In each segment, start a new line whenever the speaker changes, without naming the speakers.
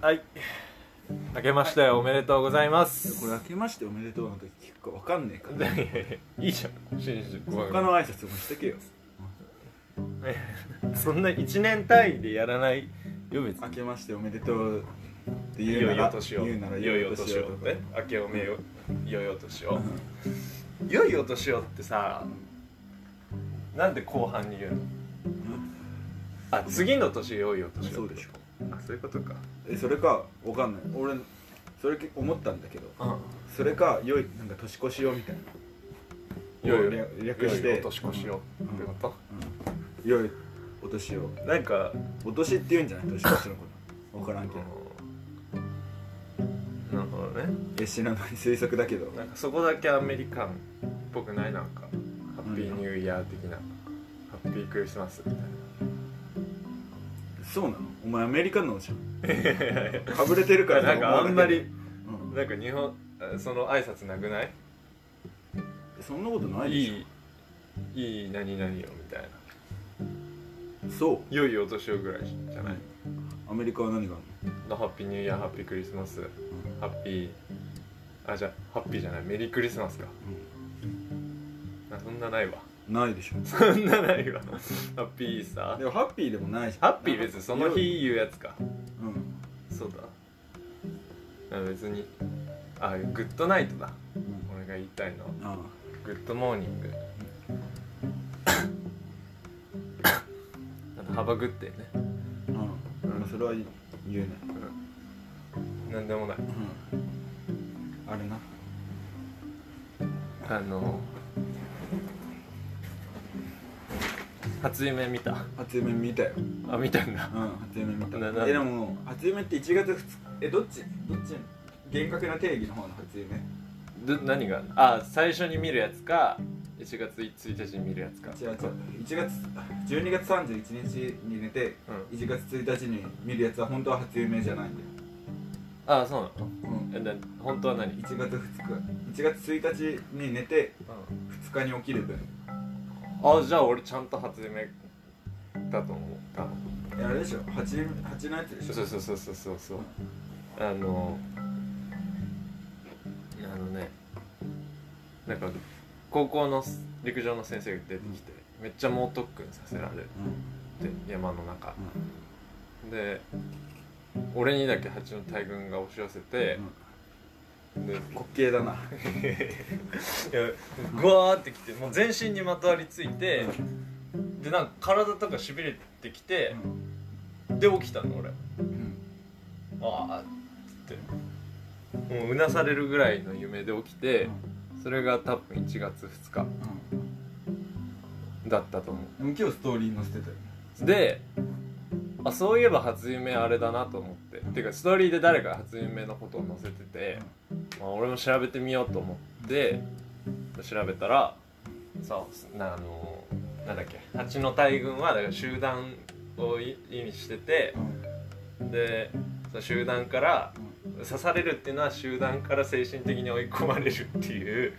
はい明けましておめでとうございま
いや
す
これ明けましておめでとうの時聞くかわかんねえか
い
ら
やいやいいじゃん新宿
他の挨拶もしとけよ
そんな1年単位でやらないよ別に
明けましておめでとうって
い
言う
よ
ない
よ
ら
年を
言うなら
いよいよ年を
と
っ
か
て明けおめよいよいよ年をいよいよ年をってさなんで後半に言うのあ次の年いよいよ年を
そうでしょ
あそういうことか
えそれかわかんない俺それ思ったんだけどそれか良いなんか年越しをみたい
いよいよ
な略し
いよい
て
よ年越しをってこ
うん良いお年を
となんか
お年って言うんじゃない年越しのことわからんけど
なるほどね
え知らない推測だけど
なんかそこだけアメリカンっぽくないなんかハッピーニューイヤー的なハッピークリスマスみたいな
そうなのお前アメリカのじゃ
なん
かぶれてる から
んかあんまり
うん
なんか日本あその挨拶なくない
そんなことないで
い
し
いいい何々よみたいな
ょそう
良いお年をぐらいじゃない
アメリカは何があ
のハッピーニューイヤーハッピークリスマスハッピーあじゃあハッピーじゃないメリークリスマスか
るの、
なそんなないわ
うん、ないでしょ
そんなないわハッピーイースター
でもハッピーでもないじゃ
ハ
ん
ッピー別にその日言うやつか
うん、
そうだあ別にあグッドナイトだ
うん、
俺が言いたいのは
あ
グッドモーニングなんかハバグってね
あうん、まあそれは言えない、
なんでもない
うん、あれな
あの初夢見た
初夢見たようん
あ見たんだ
初夢見た
なな
えでも初夢って1月2日えどっちどっち厳格な定義の方の初夢
ど何があ最初に見るやつか1月1日に見るやつか
違う違う1月12月31日に寝て
う
1月1日に見るやつは本当は初夢じゃないんだよ、
あそうなの
うん、
えな本当は何、
1月2日1月1日に寝て2日に起きる分
あじゃあ俺ちゃんと初夢だと思ったの
えあれでしょ蜂蜂のやつでしょ
そうそうそうそうそうそうあのあのねなんか高校の陸上の先生が出てきてめっちゃ猛特訓させられるって山の中で俺にだけ蜂の大群が押し寄せて、で
滑稽だな
ぐわーってきてもう全身にまとわりついてでなんか体とかしびれてきてで起きたの俺ああっつってもううなされるぐらいの夢で起きてそれが多分1月2日だったと思
でも今日ストーリー載せてたよ
うであそういえば初夢あれだなと思ってていうかストーリーで誰か初夢のことを載せてて、まあ、俺も調べてみようと思って調べたらさなあのなんだっけ蜂の大群はだから集団をい意味しててでその集団から刺されるっていうのは集団から精神的に追い込まれるっていう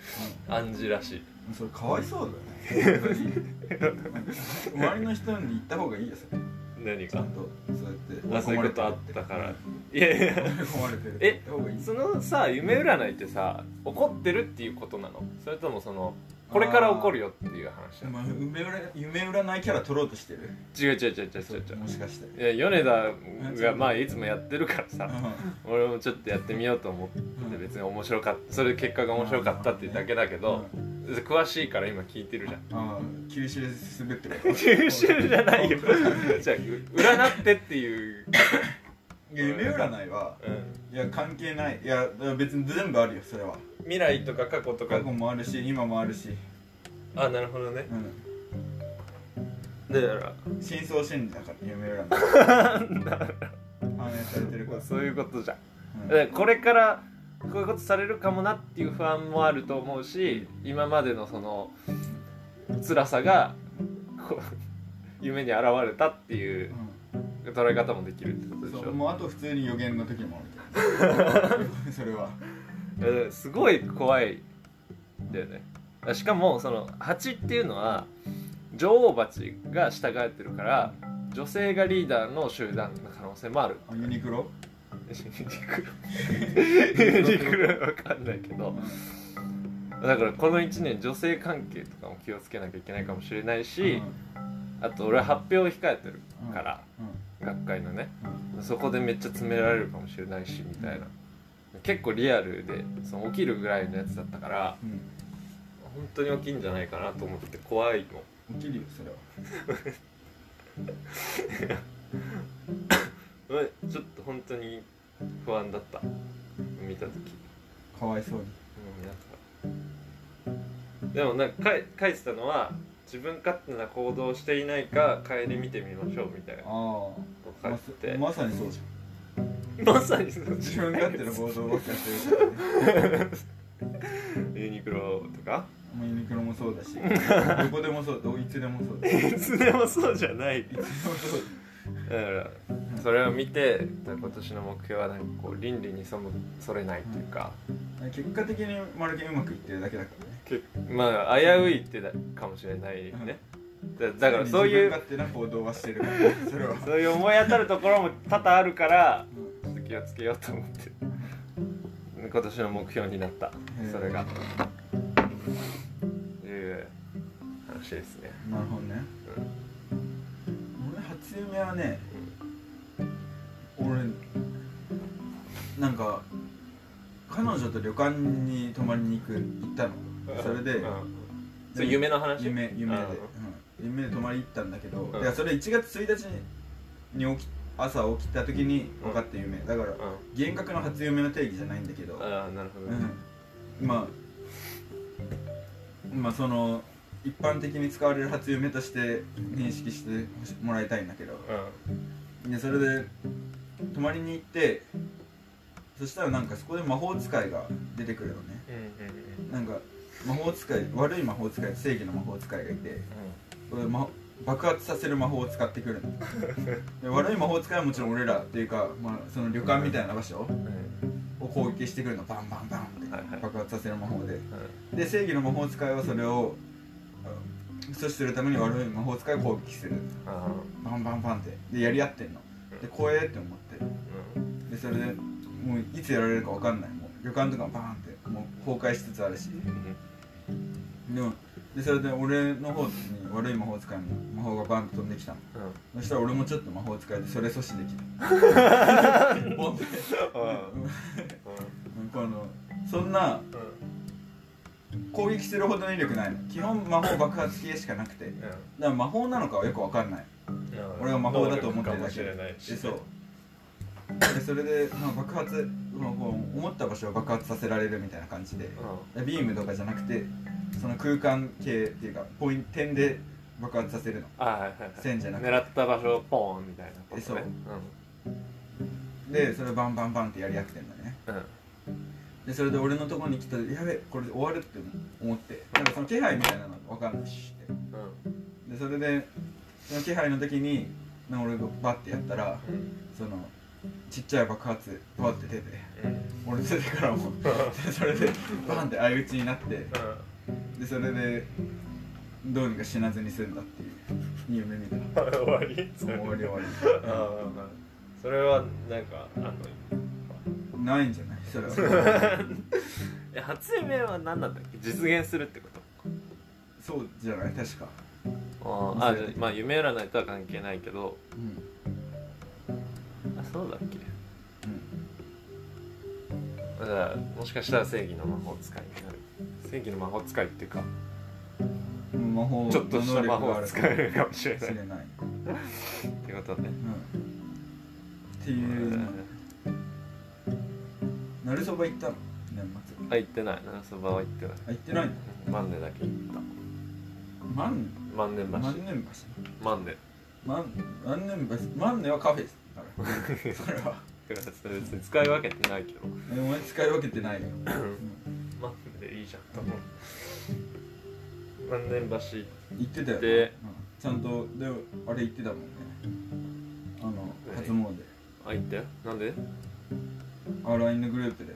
暗示らしい
それかわいそうだよね周りの人に言った方がいいよそれ
何
ちゃ
が
んとそうやって
あそういうことあったからいやいや
追い込まれてる
え
言った方がいい
そのさ夢占いってさ怒ってるっていうことなのそれともそのこれから起こるよっていう話
で
なの
も夢占夢占いキャラ取ろうとしてる
違う違う違う違う違う違う
もしかして
いや米田がまあいつもやってるからさ
う
俺もちょっとやってみようと思って
ん
別に面白かったそれで結果が面白かったっていうだけだけど詳しいから今聞いてるじゃん
ああ吸収滑ってる
九州じゃないよ じゃあ占ってっていう、
いや夢占いは
うん、
いや関係ないいや別に全部あるよそれは
未来とか過去とか
過去もあるし今もあるし、
あなるほどね
うん、
だから
真相心理だから夢占い反映されてるから、
そういうことじゃん
うん
だからこれからこういうことされるかもなっていう不安もあると思うし今までのその辛さがこう夢に現れたっていう捉え方もできるってこと
うん
でし
そう
ょ
もうあと普通に予言の時もあるけど それは
だからすごい怖いんだよねしかもその蜂っていうのは女王蜂が従えてるから女性がリーダーの集団の可能性もある
あユニクロ
ユニクロはわかんないけどだからこの1年女性関係とかも気をつけなきゃいけないかもしれないし、あと俺は発表を控えてるから、学会のねそこでめっちゃ詰められるかもしれないしみたいな結構リアルでその起きるぐらいのやつだったから本当に起きんじゃないかなと思って怖いの
起きるよそれは
うんちょっと本当に不安だった見た時
かわいそうに
うんなんかでもなんかかい書いてたのは自分勝手な行動をしていないか帰り見てみましょうみたいなの
あ
を
あ
書いてて
まさにそうじ ゃん
まさにそう
自分勝手な行動ばっかしてるからね
ユニクロとか
もうユニクロもそうだしどこでもそうだいつでもそうだい
いつでもそうじゃない
つでもそう
だからそれを見て今年の目標はなんかこう倫理にそむそれないっていうか、
だ結果的に丸けうまくいってるだけだから
け
ね
まあ危ういってだかもしれないね、だだからそうい
自分
う
勝手な行動はしてるからねそれは
そういう思い当たるところも多々あるからちょっと気をつけようと思って今年の目標になった
へえ
それがいう話ですね
なるほどね俺初夢はね俺なんか彼女と旅館に泊まりに行く行ったのそれで、
うんそれ夢の話
夢夢で、
あ
うん夢で泊まり行ったんだけど、
ん
いやそれ1月1日にに起き朝起きた時に分かった夢だから、
う
幻覚の初夢の定義じゃないんだけど、
んああなるほど、ね
うん、まあまあその一般的に使われる初夢として認識してもらいたいんだけどでそれで泊まりに行ってそしたらなんかそこで魔法使いが出てくるのね
うんうんうん
なんか魔法使い悪い魔法使い正義の魔法使いがいてこれ、ま、爆発させる魔法を使ってくるの で悪い魔法使いはもちろん俺らっていうか、まあ、その旅館みたいな場所
うんうん
を攻撃してくるのバンバンバンって、
はいはい
爆発させる魔法で
うん
で正義の魔法使いはそれをあの阻止するために悪い魔法使いを攻撃する
あ
バンバンバンってでやり合ってんので怖えって思って
あうん
でそれでもういつやられるか分かんないもう旅館とかもバーンってもう崩壊しつつあるし
うん
でもでそれで俺の方に悪い魔法使いの魔法がバンって飛んできたの
うん
そしたら俺もちょっと魔法使いでそれ阻止できたボンってこのそんな攻撃するほどの威力ないの基本魔法爆発系しかなくてだから魔法なのかはよく分かんない俺が魔法だと思ってるだけ
で
でそうでそれで、まあ、爆発このこう思った場所を爆発させられるみたいな感じででビームとかじゃなくてその空間系っていうかポイント点で爆発させるの
あはいはい
線じゃなくて
狙った場所をポーンみたいなことね
そう
う
でそれバンバンバンってやり合ってんだね
んうん
でそれで俺のところに来たらやべこれで終わるって思ってなんかその気配みたいなの分かんないしって
うん
でそれでその気配の時になんか俺がバッてやったら
うん
そのちっちゃい爆発バッて出て
うん
俺出てからもでそれでバンって相打ちになってでそれでどうにか死なずに済んだっていういい夢見たな
終わりそ
終
れ
わり終わ
ああそれはなんかあの
りないんじゃないそれは
え初夢は何なんだっけ実現するってこと
そうじゃない確か
あああじゃあまあ夢占いとは関係ないけど
うん
あそうだっけ
うん
だからもしかしたら正義の魔法使いになる正義の魔法使いっていうか
魔法
ちょっとした魔法を使えるかもしれ
か
ない
も
っ
しれない
てことね
うんって
う
いうんなるそば行ったの年末
あ行ってないなそばは行ってない
あ行ってないの
万年だけ行った
万
万年橋
万年
万年
橋万万年橋万年はカフェですからそれは
別に使い分けてないけど
えお前使い分けてないよ、うん
万年でいいじゃんと思う万年橋
行ってたよ、
で
うんちゃんとであれ行ってたもんねあの初詣
あ行ったよなんで
あ LINE のグルー プで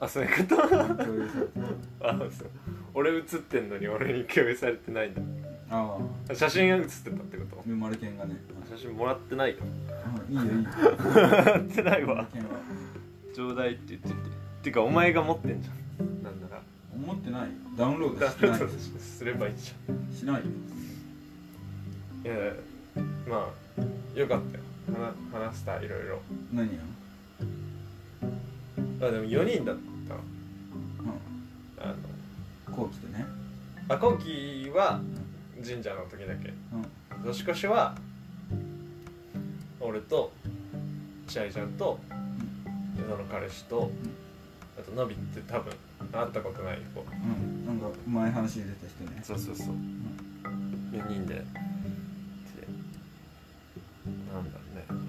あそういうこと
共有されて
あそう俺映ってんのに俺に共有されてないんだ
ああ
写真が写ってたってこと
生まれ犬がね
写真もらってないよ
うんいいよいいよ
もらってない
生ま
わ
れ犬は
ちょうだいって言ってててかお前が持ってんじゃんなんなら
思ってないよダウンロード
だ
し
か
て
ら
ないよ
すれば いいじ
しないよ
ゃんいやいやまあよかったよ話話したいろいろ
何よ
あでも4人だった
う
のあの
んこう来てね
あ今期は神社の時だけ
うん
年越しは俺と千愛ちゃんと江戸の彼氏とあとのびって多分会ったことない子
うんなんか前話に出た人ね
そうそうそう4人ででなんだろうね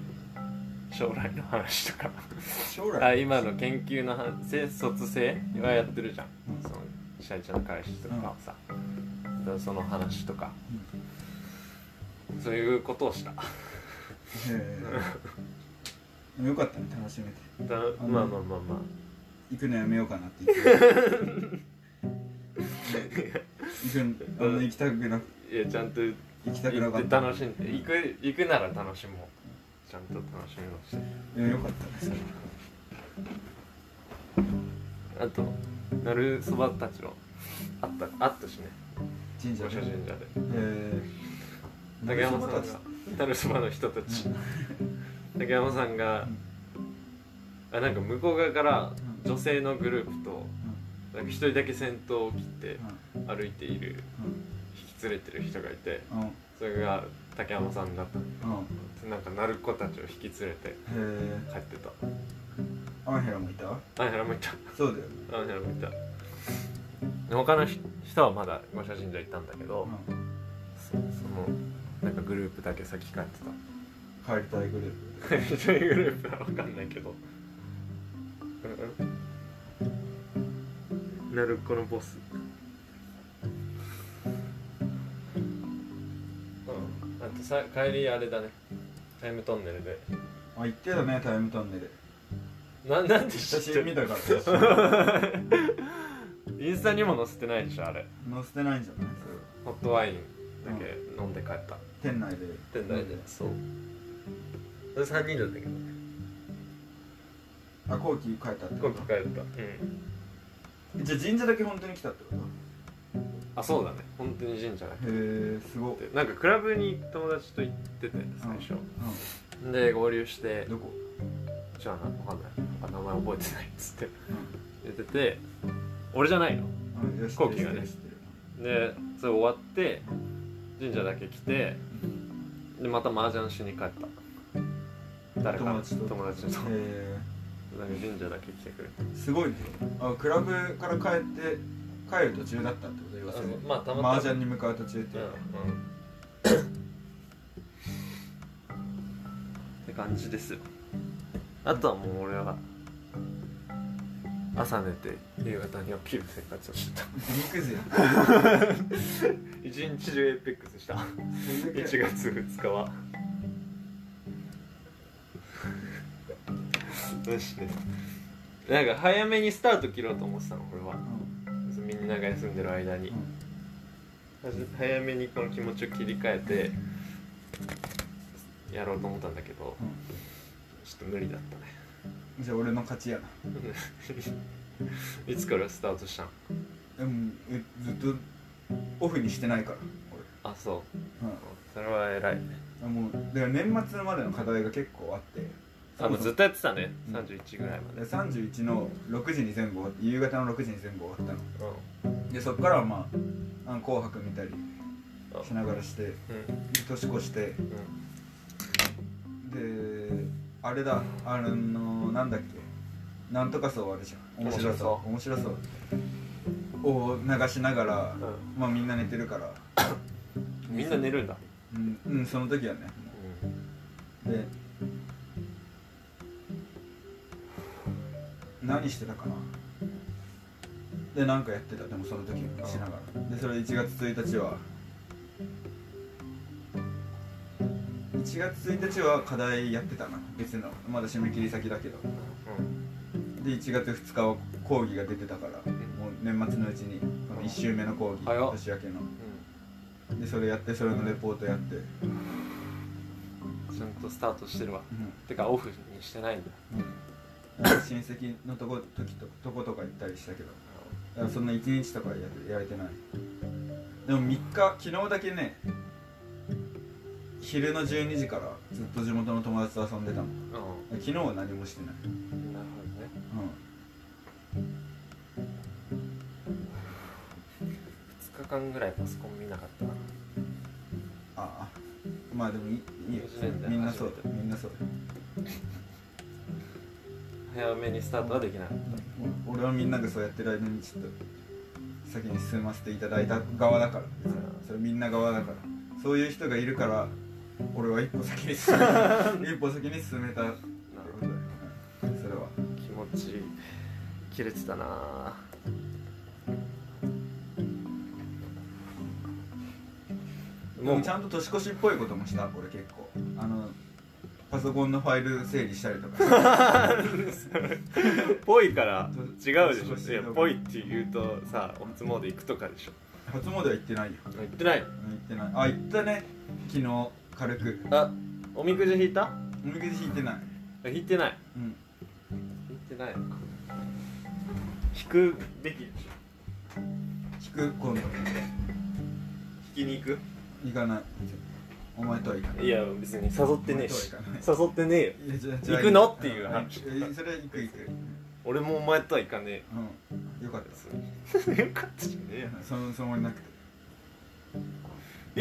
将来の話とか
将来
あ今の研究の話生卒生はやってるじゃん、
うん
そのシャイちゃんの彼氏とかはさ、だからその話とか、そういうことをしただ
へえよかったね楽しめて
まあまあまあま
行くのやめようかなって言って行くのあんな行きたくな
あいやちゃんと行
行きたくなかっ
って
た
楽しんで行く行くなら楽しもうちゃんと楽しみまし
いやよかったねそれは
たあとなるそばたちのあったあったしね
神社
五
で
社
へ
神社で
え
竹山さんが
たち
なるそばの人たち竹山さんがあなんか向こう側から女性のグループとなんか一人だけ先頭を切って歩いている引き連れてる人がいて
うんうんうん
それが竹山さんだったん
うんうん
でなんか鳴子たちを引き連れて
へえ
帰ってた
アンヘラもいた
アンヘラもいた
そうだよ
アンヘラもいたで他のひ人はまだ五社神社行ったんだけど、
うん
そそのなんかグループだけ先帰ってた
帰りたいグルー
一人グループは分かんないけどなるこのボスうんあとさ帰りあれだねタイムトンネルで
プあ行ってたねタイムトンネル
ななんで知
写
って
真見
る
たから載
インスタにも載せてないでしょあれ
せてないんじゃないそれは
ホットワインだけ飲んで帰った
店内で
店内でそうそれ3人だったけど
あ後期帰ったってこ
今
と
期帰ったうん
じゃあ神社だけ本当に来たってこと
あそうだね本当に神社だけ
へえすごっ
でなんかクラブに友達と行ってて最初、で合流して
どこ
じゃあな分かんないあ名前覚えてないっつって言ってて俺じゃないの
うん
飛行機がねでそれ終わって神社だけ来てでまた麻雀しに帰った誰か
友達と
友達となんか
え
神社だけ来てくれた
ー、すごいねあクラブから帰って帰る途中だったってこと要するに
まあたまたま
麻雀に向かう途中って
う
い
ん
う
う
か
んって感じですよあとはもう俺は朝寝て夕方に起きる生活をしてた
肉汁
一日中エイペックス した1月2日はよしねなんか早めにスタート切ろうと思ってたの俺は
うん
みんなが休んでる間にはじ早めにこの気持ちを切り替えてやろうと思ったんだけどちょっと無理だったね
うんじゃあ俺の勝ちやな
いつからスタートしたん
でもえずっとオフにしてないから
あそ
俺、
うそれは偉いね
うん、あもうだから年末までの課題が結構あって
あもうずっとやってたね
うん
31ぐらいまで
で31の6時に全部終わって夕方の6時に全部終わったの
う
でそっからはまああの紅白見たり
あ
しながらしてで
んうん
年越して
うん
であれだあのなんだっけなんとかそうあるじゃん面白そう面白そうを流しながら、
う
まあみんな寝てるから、
みんな寝るんだ
うん、うん、その時はねで何してたかなで何かやってたでもその時はしながらでそれ1月1日は1月1日は課題やってたな別のまだ締め切り先だけど
うん
で1月2日は講義が出てたからもう年末のうちにこの1週目の講義
早っ
年明けの
う
でそれやってそれのレポートやって、
ちゃんとスタートしてるわ
うん
てかオフにしてないんだ
親戚のとこ時ととことか行ったりしたけどだからそんな1日とかやれやれてないでも3日昨日だけね昼の12時からずっと地元の友達と遊んでたの
うんなるほ
昨日は何もしてない、うん、
どね2日間ぐらいパソコン見なかったな
ああまあでもいいいいよ
1年で
みんなそう
初
だみんなそうだ
早めにスタートはできなかった
お俺はみんながそうやってる間にちょっと先に進ませていただいた側だからそれそれみんな側だからそういう人がいるから俺は一歩先に進 め一歩先に進めたって
な
ことだようんそれは
気持ち切れてたな
で
も
も
う
ちゃんと年越しっぽいこともした俺結構あのパソコンのファイル整理したりとか
ぽいから違う
そう
でし
そ
ょい
う
やぽいって言うとさ初詣行くとかでしょ
初詣は行ってないよ
行ってない
行ってないあ行ったね昨日軽く
あおみくじ引いた
おみくじ引いてない
あ引いてない
うん
引いてないのか引くべきでし
引く今度
ょ引きに行く
行かないお前とは行かない
いや別に誘ってねえし
お前とは行かない
誘ってねえよ
いやじゃじゃ
行くのっていう話
んそれは行く行く
俺もお前とは行かね
うんよかっ
え
た
よ別に よかったじゃねえよ
そのそのなくて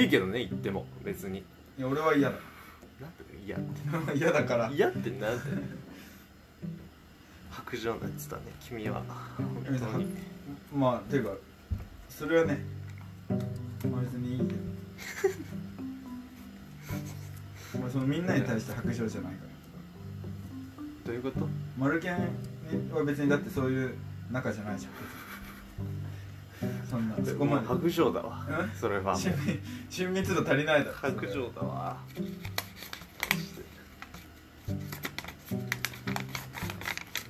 いいけどね行っても別に
いや俺は嫌だ
なんて嫌
嫌だから
嫌ってなんて白状なやつだね君は本
別
当に
にまあていうかそれはねまあ別にいいけど お前そのみんなに対して白状じゃないから
どういうこと
マルケンは別にだってそういう仲じゃないじゃんそんなそこまで
白状だわ
うん
それは
親密 親密度足りないだろ
白状だわ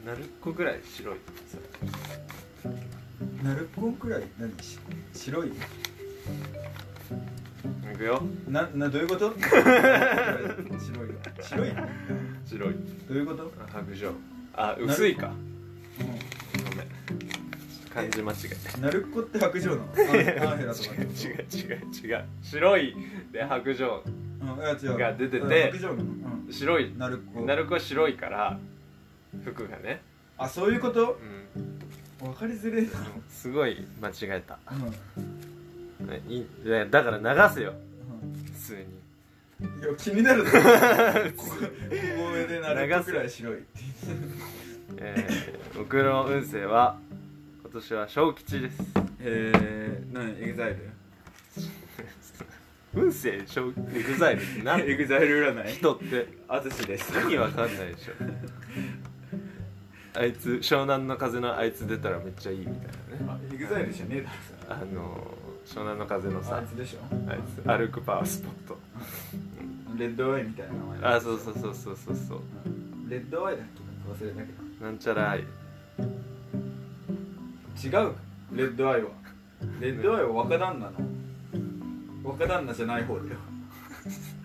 なるっこぐらい白い
ナルコンくらい何し白い
いくよ
ななどういうこと白い白い
白い
どういうこと、
あ白状あ薄いか
う
ごめん漢字間違え
ん、ナルコって白状なのアンヘアンヘラとか
違う違う違う違う白いで白状
うん、いや違う
が出てて
うん白状なの、うん、
白い
ナルコ
なるこは白いから服がね、
あそういうこと
うん、
分かりづれえな
すごい間違えた
うん
ねいいやだから流せよ
う
普通に
んいや気になるなここ上でナルコくらい白いって
えー、僕の運勢は今年は小吉です
へえ何エグザイル
運勢小エグザイルって何
グザイル占
人って
あつしです
意味わかんないでしょあいつ湘南の風のあいつ出たらめっちゃいいみたいなね
エグザイルじゃねえ
あ
だ
のー湘南の風のさあ
あいつでしょ
いつ歩くパワースポット
レッドアイみたいな名前
あそうそうそうそうそうそう
レッドアイだっけ忘れたけ
なんちゃら愛
ど違うレッドアイはレッドアイは若旦那の若旦那じゃない方だよ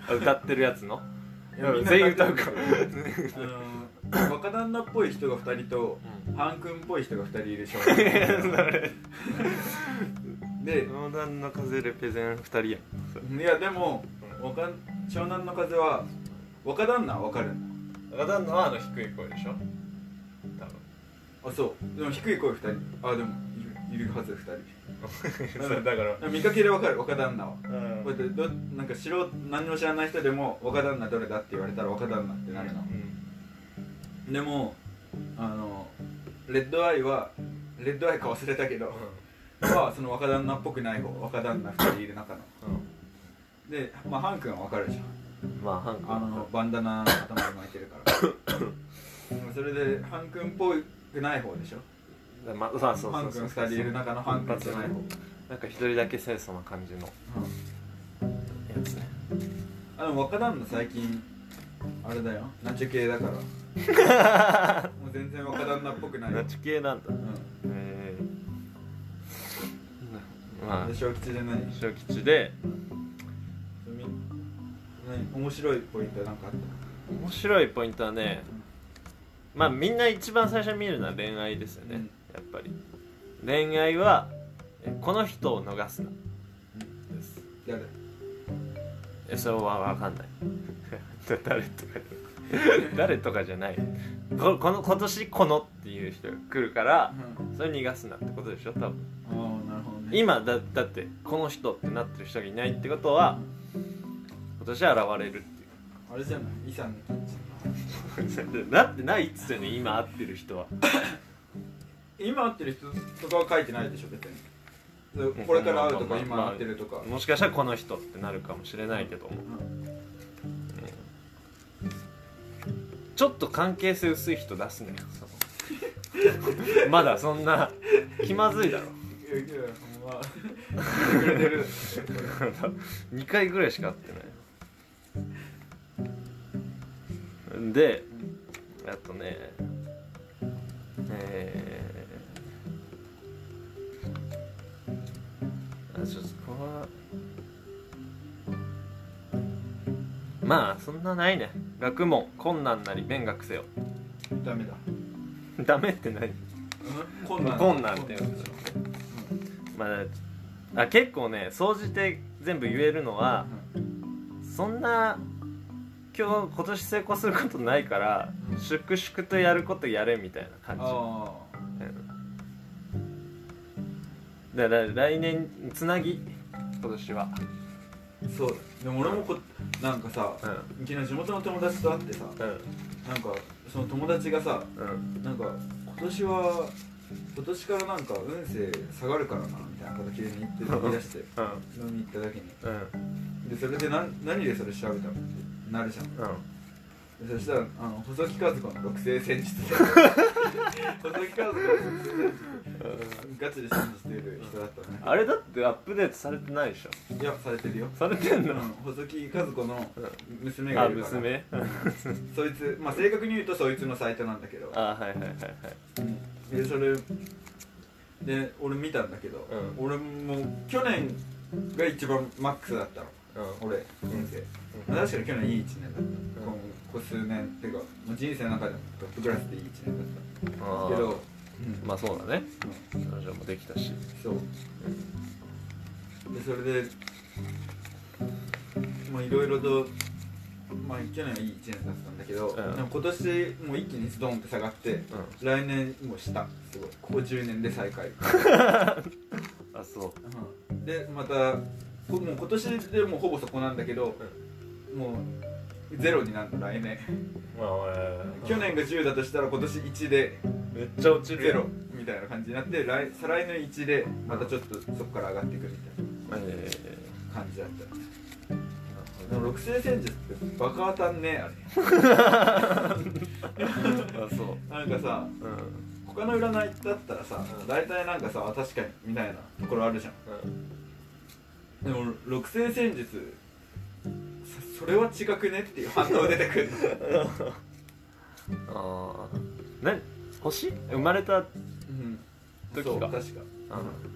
あ歌ってるやつの
いやみんな
全員歌うか
あの若旦那っぽい人が2人とハン君っぽい人が2人いる少 年で
湘南の風レペゼン2人やんそれ
いやでも若湘南の風は若旦那は分かる
若旦那はあの低い声でしょ多
あそうでも低い声2人あでもいるいるはず2人
分それだから
見かけで分かる若旦那は
うん
こうやってどなんか知ろう何も知らない人でも若旦那どれだって言われたら若旦那ってなるのでもあのレッドアイはレッドアイか忘れたけどはその若旦那っぽくない方若旦那2人いる中のでまあハン君は分かるじゃん
まあハン
あのバンダナの頭に巻いてるから うんそれでハン君っぽくない方でしょ
君まあそうそう
ハ
そ
ン
うそう
君2人いる中のハン君じゃない方、
なんか一人だけ清楚な感じのやつね
あでも若旦那最近あれだよナチュ系だからも う全然若旦那っぽくないよ
ナチ系なんだ
う
ええまあ
んで小吉じゃない
小吉で
何面白いポイントは何かあった
面白いポイントはねまあみんな一番最初に見るのは恋愛ですよね、
うん
やっぱり恋愛はえこの人を逃すなです
誰
えそれはわかんない 誰とか誰とかじゃないここの今年このっていう人が来るからそれ逃がすなってことでしょ多分
ああなるほどね
今だだってこの人ってなってる人がいないってことは今年は現れるっていう
あれじゃないイさんのキッチ ン
なってないっつってね今会ってる人は
今会ってる人とかは書いてないでしょ別にこれから会うとか今会ってるとか、
もしかしたらこの人ってなるかもしれないけども
うん
ちょっと関係性薄い人出すねその まだそんな気まずいだろ
いやいやほんま言ってくれてる
2回ぐらいしか会ってないであとねえー、あちょっとここはまあそんなないね学問困難なり勉学せよ
ダメだ
ダメって何
困難
困難ってやつだろまああ結構ね総じて全部言えるのはそんな今日今年成功することないから
うん
粛々とやることやれみたいな感
ああ
じうんだから来年つなぎ今年は
そうだでも俺もこなんかさ
う
昨日地元の友達と会ってさ
んうん
なんかその友達がさ
うん
なんか今年は今年からなんか運勢下がるからなみたいなこと急に言って言い出して
うん
飲みに行った時に
うん
でそれで何何でそれ調べたのってなるじゃんで
うん
そしたらあの細木数子の六星戦術細木数子の六星戦術ガチで信じてる人だったね
あれだってアップデートされてないでしょ
いやされてるよ
されてん
う
の
ん細木数子の娘が
あ
いるから
娘
そいつまあ正確に言うとそいつのサイトなんだけど
あはいはいはいはい
でそれで俺見たんだけど、
う
俺も去年が一番マックスだったの俺人生、まあ確かに去年いい1年だった、
うん
こここ数年っていうかもう人生の中でもトップクラスでいい1年だっ
あ
た
ー
けど、
まあそうだね
うん
彼女もできたし
そうでそれでまあいろいろとまあ去年はいい1年だったんだけど、
うん
でも今年もう一気にドンって下がって、来年もう下すごいここ10年で最下位
あそう
うんでまたこもう今年でもうほぼそこなんだけど、もうゼロになるの来年
まあ俺
去年が10だとしたら今年1で
めっちゃ落ちる
ゼ
や
ロ
ろ
みたいな感じになって来再来年1でまたちょっとそこから上がっていくみたい
え
な感じだった
ー
でも六星戦術ってバカ当たんねえ
あそ
あれなんかさ
ううん
他の占いだったらさ大体なんかさあ確かにみたいなところあるじゃんでも六星戦術そそれは違くねっていう反応出てくる
ああな星生まれた
うん
時か
そう確か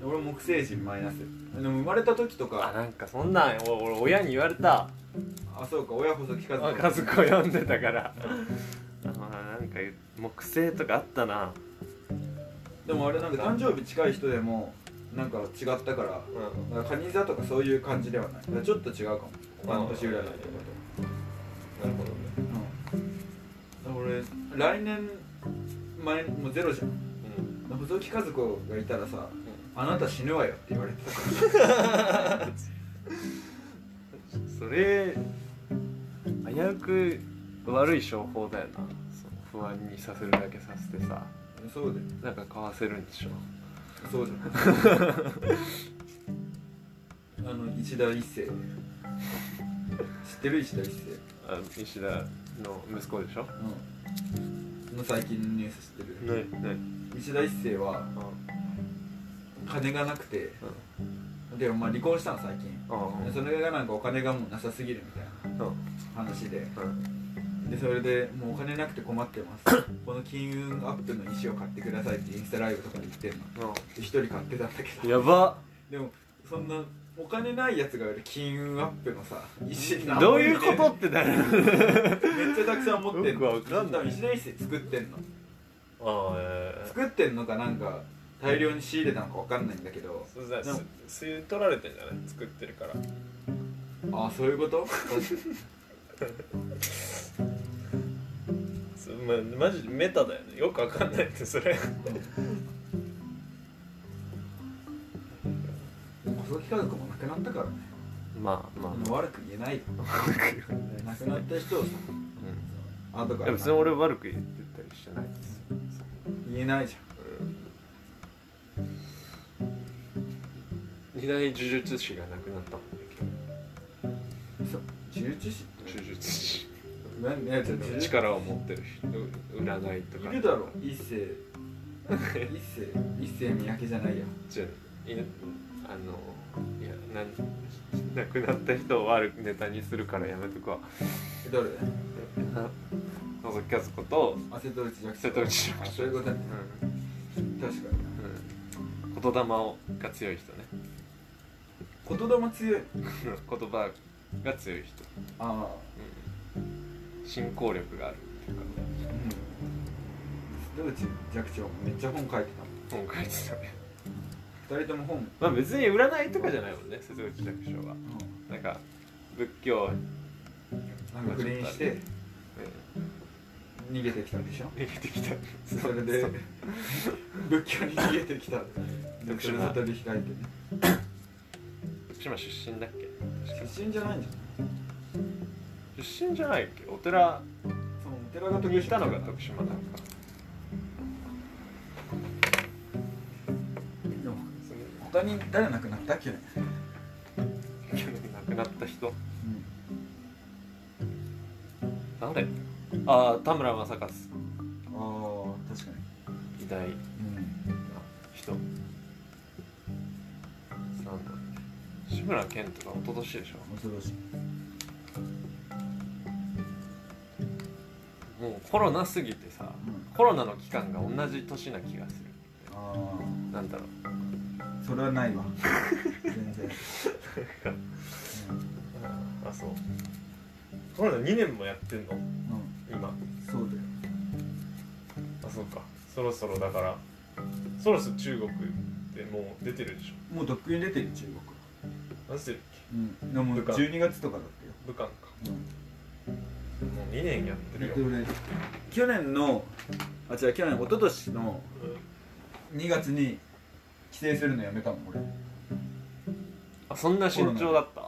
俺木星人マイナスでも生まれた時と
あ
か
なんかそんなん俺俺親に言われた
あそうか親細木数
あ
子
家族を呼んでた からあーなんか木星とかあったな
でもあれなんか誕生日近い人でもなんか違ったから
うん
だからカニ座とかそういう感じではないだからちょっと違うかも他の年占いとか
なるほどね
とうんだから俺来年前もうゼロじゃん
うん
細木数子がいたらさ「あなた死ぬわよ」って言われてたから
それ危うく悪い商法だよなその不安にさせるだけさせてさ
そうで
なんか買わせるんでしょ
そう じゃんあの石田一世知ってる石田一世
あ石田の息子でしょ
うんの最近のニュース知ってる
ねね
石田一世は
あ
金がなくてでもまあ離婚したの最近
あ
でそれがなんかお金がもうなさすぎるみたいな
うん
話で
うん
でそれでもうお金なくて困ってます この金運アップの石を買ってくださいってインスタライブとかで言ってんので一人買ってたんだけど
やば
でもそんなお金ないやつがやる金運アップのさ石
どういうことってな る
めっちゃたくさん持ってんの
よくわかんない
多分一年一生作ってんの
ああええ
作ってんのかなんか大量に仕入れたのかわかんないんだけど
そうだ
でも
す吸い取られてんじゃない作ってるから
ああそういうこと
すまマジメタだよねよくわかんないってそれ
細木家族もなくなったからね
まあまあ、
もう悪く言えないよ亡くなった人をさ後
うん、
か
いや
ら
別に俺悪く言ってたりしてないですよ
言えないじ
二大呪術師がなくなったもんね
ゃんそう呪術師
今日呪術師
なんいやちょっと呪術
力を持ってる人う占いとか
いるだろ一世一世一世三宅じゃないや
じゃあいやあのいやなん亡くなった人を悪くネタにするからやめとくわ
えどれ
な細木数子と
あ瀬戸内弱
瀬戸内
あ
寂
そういうことね
うん
確か
うん言霊をが強い人ね
に言霊強い
言葉が強い人、
ああ
うん、信仰力があるっていうか
うん瀬戸内寂聴もめっちゃ本書いて
本書いてたね
たもん二人とも本
まあ別に占いとかじゃないもんね瀬戸内寂聴は
う
なんか仏教
んなんか不倫して
うん
逃げてきたんでしょ
入れてきた
それで
う
仏教に逃げてきた
特
そ
殊
れ
な
で取り控えてね
福島出身だっけ確か
出身じゃないんじゃん
出身じゃないっけお寺
そのお寺が
に
特
行
殊
ったのが徳島なのか
でも他に誰亡くなったっけ、うん、
去年亡くなった人誰ああ田村正和
ああ確か
偉大な
にうん
人なんだ志村けんとか一昨年でし
恐ろしい
ょもうコロナ過ぎてさ
うん
コロナの期間が同じ年な気がする
あ
なんだろう
あそれはないわ全然、
あそうコロナ2年もやってんの
うんうん、
今
そうだよ
あそうかそろそろだからそろそろ中国ってもう出てるでし
もうとっくに出てる中国は
ょ何してるっ
うんでも
とか
12月とかだっ
け武漢か
たよ、うん
もう2年やってるよ、
俺去年のあ違う去年一昨年の2月に帰省するのやめたもん俺
あそんな慎重だった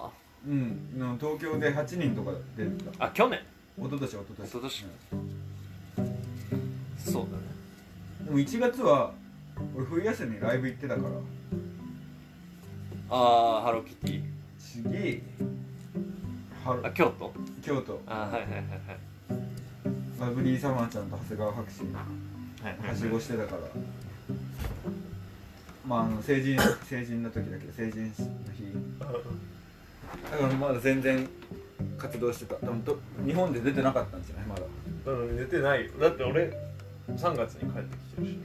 うんの東京で8人とか出てた
あ去年
一昨年一昨年
一昨年そうだね
うんでも1月は俺冬休みライブ行ってたから
ああハローキティ
次は
あ京都
京都
あーはいはいはいはい
ラブリーサマーちゃんと長谷川博士
はい
はしごしてたからまああの成人成人の時だけど成人の日だからまだ全然活動してた多分と日本で出てなかったんじゃないまだ、
なのに出てないよだって俺3月に帰ってきてるし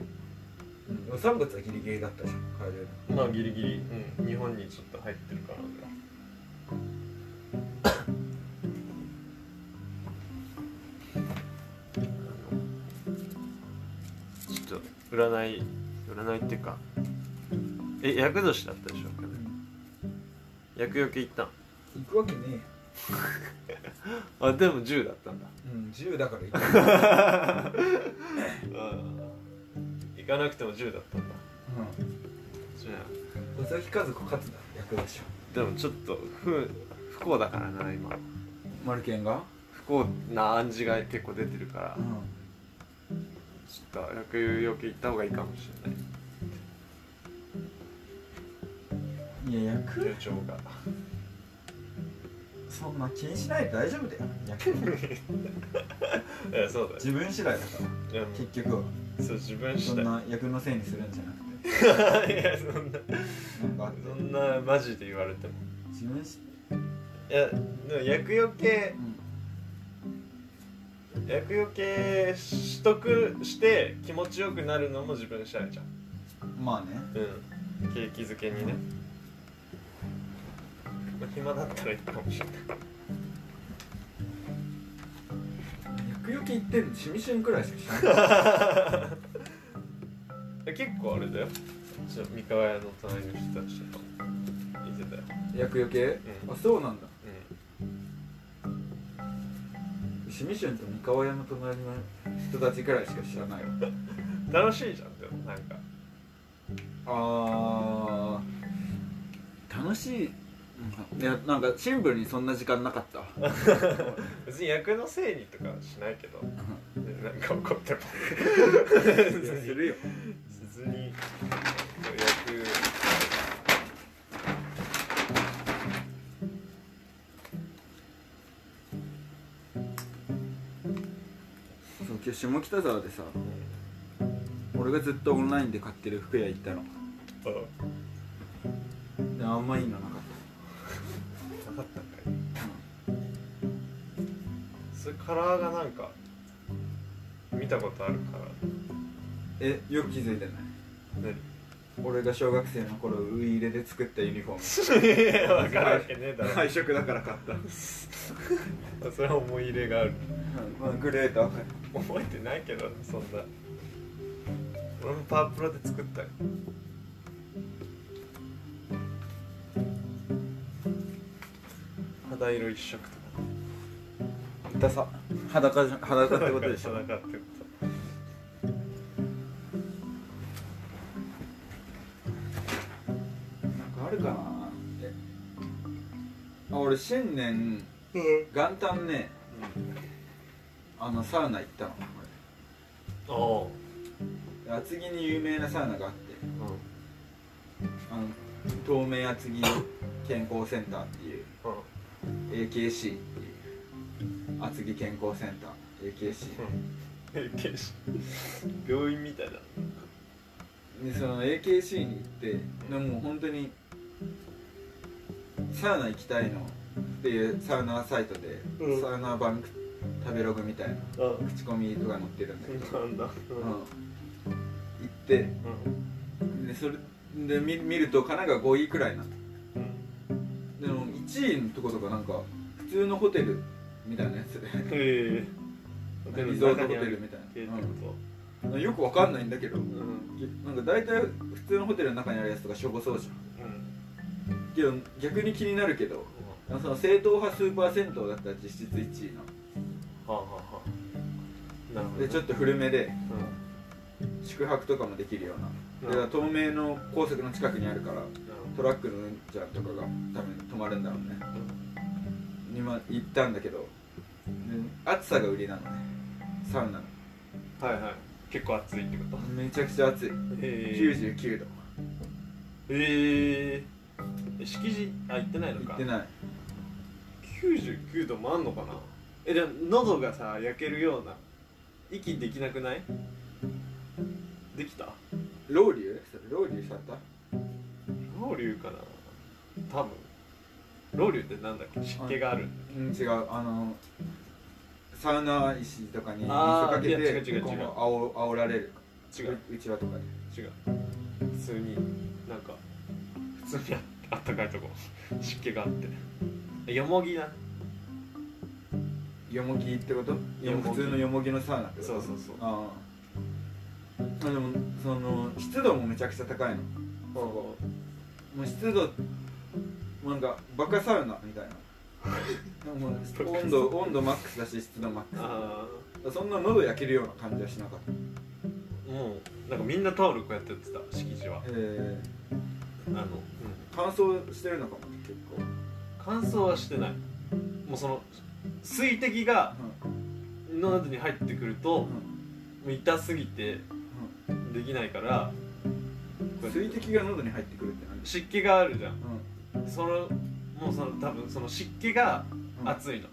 うん、3月はギリギリだったじゃん帰れる
まあギリギリ、うん、日本にちょっと入ってるからぐらい
ちょっと占い占いっていうかえ厄年だったでしょ去年厄除け行ったん
行くわけね
あでも10だったんだ
えうん10だから行く、
行かなくても10だったんだ
じゃあ
うん、尾崎和子勝つだ役だし
でもちょっと不不幸だからな今
マルケンが
不幸な暗示が結構出てるから
うん
ちょっと厄除け行った方がいいかもしれない
いや役
予兆 が
そんな気にしないで大丈夫だよ役
えそうだよ
自分次第だから
いやも
結局は
うそう自分
そ
次第
ん
い
な役のせいにするんじゃなくて
やそんな
なんかあって
そんなマジで言われても
自分し、
いやでも厄除け
うん、
厄除けしとくして気持ちよくなるのも自分次第じゃん
まあね
うん景気づけにね
まあ暇だったらいいかもしれない
厄除け行ってんのシミシュンくらいしかしない
え結構あれだよちょ三河屋の隣の人たちとかもいてたよ
厄除け、
うん
あそうなんだ
うん
シミシュンと三河屋の隣の人たちくらいしか知らないわ
楽しいじゃんでもなんか
あー楽しいいやなんかシンプルにそんな時間なかったわ
別に役のせいにとかはしないけどなんか怒っても
するよ
別に役
そう今日下北沢でさ俺がずっとオンラインで買ってる服屋行ったの
うん
であんまいいのなかっ
なかったんかいそれカラーがなんか見たことあるカラー
たえよく気づいてない
何
俺が小学生の頃ウイイレで作ったユニフォー
分かるわけねえだ
ム
ろ、
配色だから買った、うん
それは思い入れがある
まあ、グレーと赤
覚えてないけどそんな俺もパープラで作ったよ肌色一色とか
ダサ裸じゃ裸ってことでしょ
裸ってこと
なんかあるかなえあ俺新年
うん
元旦ねあのサウナ行ったのこ
ああ
れ厚木に有名なサウナがあって
うん
あの東名厚木健康センターっていう AKC っていう厚木健康センター AKC
うん決し病院みたいだ
でその AKC に行ってでもう本当にサウナ行きたいのっていうサウナサイトで、
うん
サウナ版食べログみたいな
うん
口コミとか載ってるんだけど、
なんだうん
うん行ってでそれで見見ると神奈川5位くらいなの
うん
でも1位のとことかなんか普通のホテルみたいなやつで
ええ
リゾートホテルみたい
系って
な
こ、
うんよくわかんないんだけど、
とうん
なんか大体普通のホテルの中にあるやつとかしょぼそうじゃ
う
ん
ん
けど逆に気になるけどその正統派スーパー銭湯だったら実質1位な
はあはあはあなるほ
の
ど
で
ね
ちょっと古めで
うん
宿泊とかもできるようなで
なる
透明の高速の近くにあるから
ほ
トラックのうんちゃんとかが多分泊まるんだろうね
ど
今行ったんだけどで暑さが売りなのねサウナの
はいはい結構暑いってこと
めちゃくちゃ暑い
え
99度
ええ敷地あ行ってないの
行
か
ってない
99度もあんのかなえじゃあ喉がさ焼けるような息できなくないできた
ロウリュそれロウリュされた
ロウリュかな多分ロウリュってなんだっけ湿気がある
うん違うあのサウナ石とかに水
あー
かけ
いや違う
て
違う違う
こう煽られる
違う
うちわとかで
違う普通になんか普通にああったかいとこ 湿気があってよもぎな
よもぎってこと
よもぎ
普通のよもぎのサウナってこと
そうそうそう
ああでもその湿度もめちゃくちゃ高いの
お
もう湿度なんかバカサウナみ たいなでももう温度温度マックスだし湿度マックス
あ
そんな喉焼けるような感じはしなかったへ
あもうなんかみんなタオルこうやってやってた敷地は
え
あの、うん、
乾燥してるのかも結構、
乾燥はしてないもうその水滴が喉に入ってくると
うん
もう痛すぎてできないから
う
こ
ん、
うや
水
って
滴が喉に入ってくるって何
湿気があるじゃん
うん
そのもうその多分その湿気が
うん
熱いの、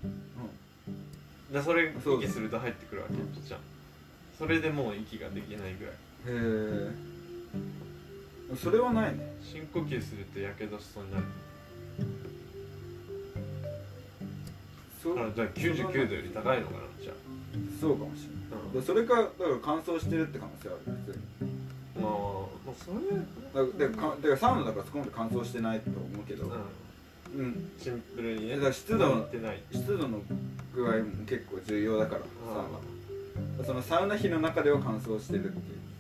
でそれ
そう
息すると入ってくるわけじゃんそれでもう息ができないぐらい
うんへえそれはないね
深呼吸するとやけどしそうになる
そ
だからじゃあ99度より高いのかなじゃあ
そうかもしれ
う
なんいでそれかだから乾燥してるって可能性ある普通に
まあ、まあ、それ
だからだからかだからサウナだからそこまで乾燥してないと思うけど、
うんうんシンプルにね
だから湿度は
なってない
湿度の具合も結構重要だからサウナ
あ
はそのサウナ費の中では乾燥してるっていう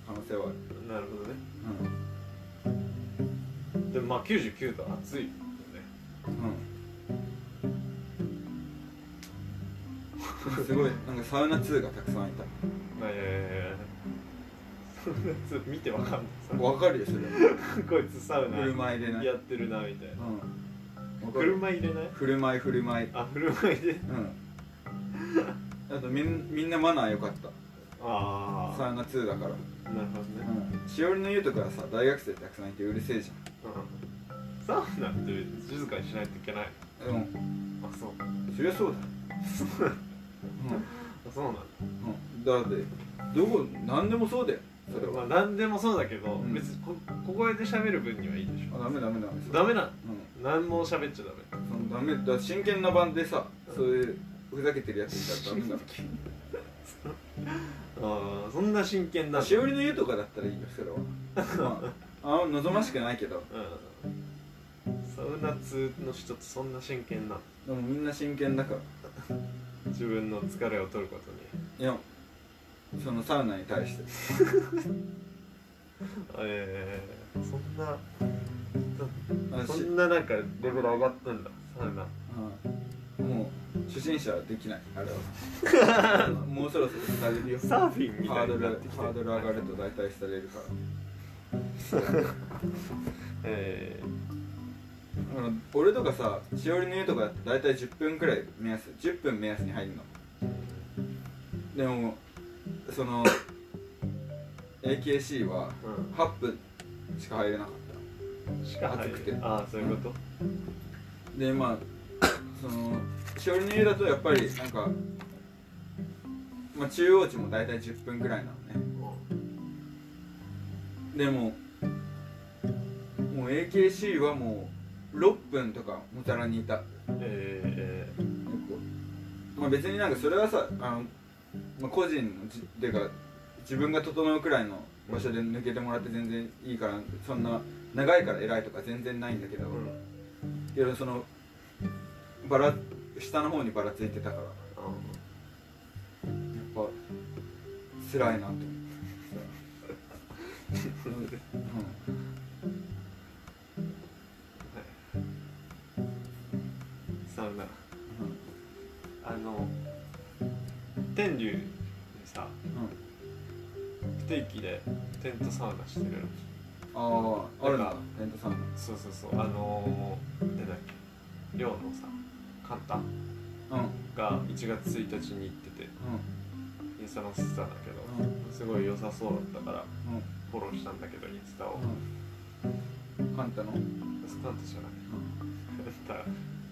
可能性はある、
ーなるほどねでもまあ99度暑いよね
うんうん、すごいなんかサウナ2がたくさんいた
まあいやいやいやそんなやつ見てわかんない さ
わかるよそれ
こいつサウナ
車入れない
やってるなみたいな
うんわかる
車入れない
振る舞い振る舞い
あ車入れ
うんあとみんみんなマナー良かった
あ
サウナ2だから、
あなるほどね、
うん、しおりの家とかはさ大学生たくさんいてうるせえじ
うん、サウナって静かにしないといけない
ゃんうん
あそう
そりゃそうだよ
あそうなんだ
うん、うん、だってどこ何でもそうだよそれ
まあ
は、
何でもそうだけど、
うん
別にこここで喋る分にはいいでしょ
あ、ダメダメダメそれ
ダメなの
う
何も喋っちゃダメ
んそのダメだ真剣な版でさそういうふざけてるやついたらダメだ
ああそんな真剣なんだ
しおりの家とかだったらいいよそれは、まあ、あ望ましくないけど
うんサウナ通の人ってそんな真剣なの
でもみんな真剣だから
自分の疲れを取ること に
いやそのサウナに対して
ええそんな
あ
そ
し
んななんかレベル上がってんだサウナ
うんもう初心者はできないあれ はもうそろそろ下げるよ
サーフィンみ
ハ
た
ー
いにな
ドルハ
ってきて
ードル上がると大体されるから
え
あの俺とかさしおりの湯とか大体10分くらい目安10分目安に入るのでもその AKC は
えうん
8分しか入れなかっ
しか入
暑くて
るああそういうこと、
たでまあそのしおりの湯だとやっぱりなんか、まあ、中央値も大体10分くらいなのねでももう AKC はもう6分とかもたらにいた
ええ
結構まあ別になんかそれはさあの、まあ、個人のじてか自分が整うくらいの場所で抜けてもらって全然いいからそんな長いから偉いとか全然ないんだけど、
うん
いろいろそのバラ下の方にばらついてたからやっぱ辛いなと思ってさうん
サウナあの天竜でさ
うんうん
不定期でテントサウナしてる
ああある
な
なん
か
レントさんの
そうそうそうあのー、なんだっけ寮のさカンタ
うんうん
が1月1日に行っててインスタ載せてたんだけど、
うん
すごい良さそうだったから
うん
フォローしたんだけどインスタを、
うんカンタの、うん
スカントじゃないカン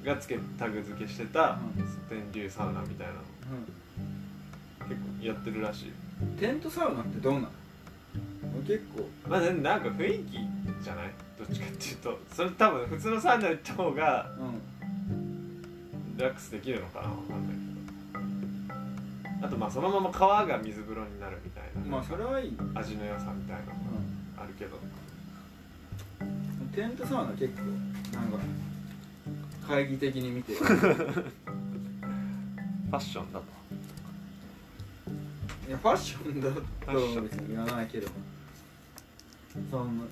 タがつけタグ付けしてた
うん
天竜サウナみたいなの結構やってるらしい
うん、テントサウナってどうなの結構
まあでもなんか雰囲気じゃないどっちかっていうとそれ多分普通のサウナ行った方が
う
リラックスできるのかなわかんないけどあとまあそのまま川が水風呂になるみたい
ん
な、
まあそれはいい、
味の良さみたいなのがあるけど
テントサウナ結構なんか会議的に見 てる
ファッションだと
いやファッションだ
ァッシ
と
ョ
別に言わないけどそんな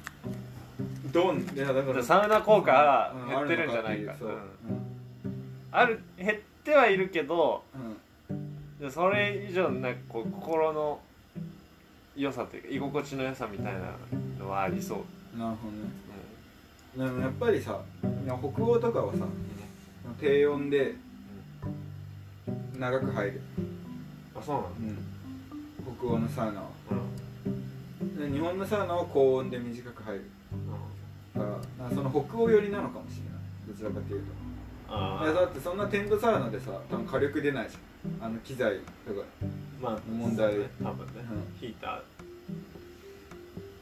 どんいやだか
だから
ら
サウナ効果が
う
減ってるんじゃないか
あ
う
るの
ん
って
ある
いう
減ってはいるけど
そううん
でそれ以上のなんかこう心の良さというか居心地の良さみたいなのはありそう、
うんなるほどね
う
でもやっぱりさいや北欧とかはさ低温で長く入る、
あそうなんだ
うん、北欧のサウナは
うん
で日本のサウナは高温で短く入る
うん
だからなんかその北欧寄りなのかもしれないどちらかというと
あ
いやだってそんなテントサウナでさ多分火力出ないじゃんあの機材とか
あまあ
問題
そうね多分ね、
う
ヒーター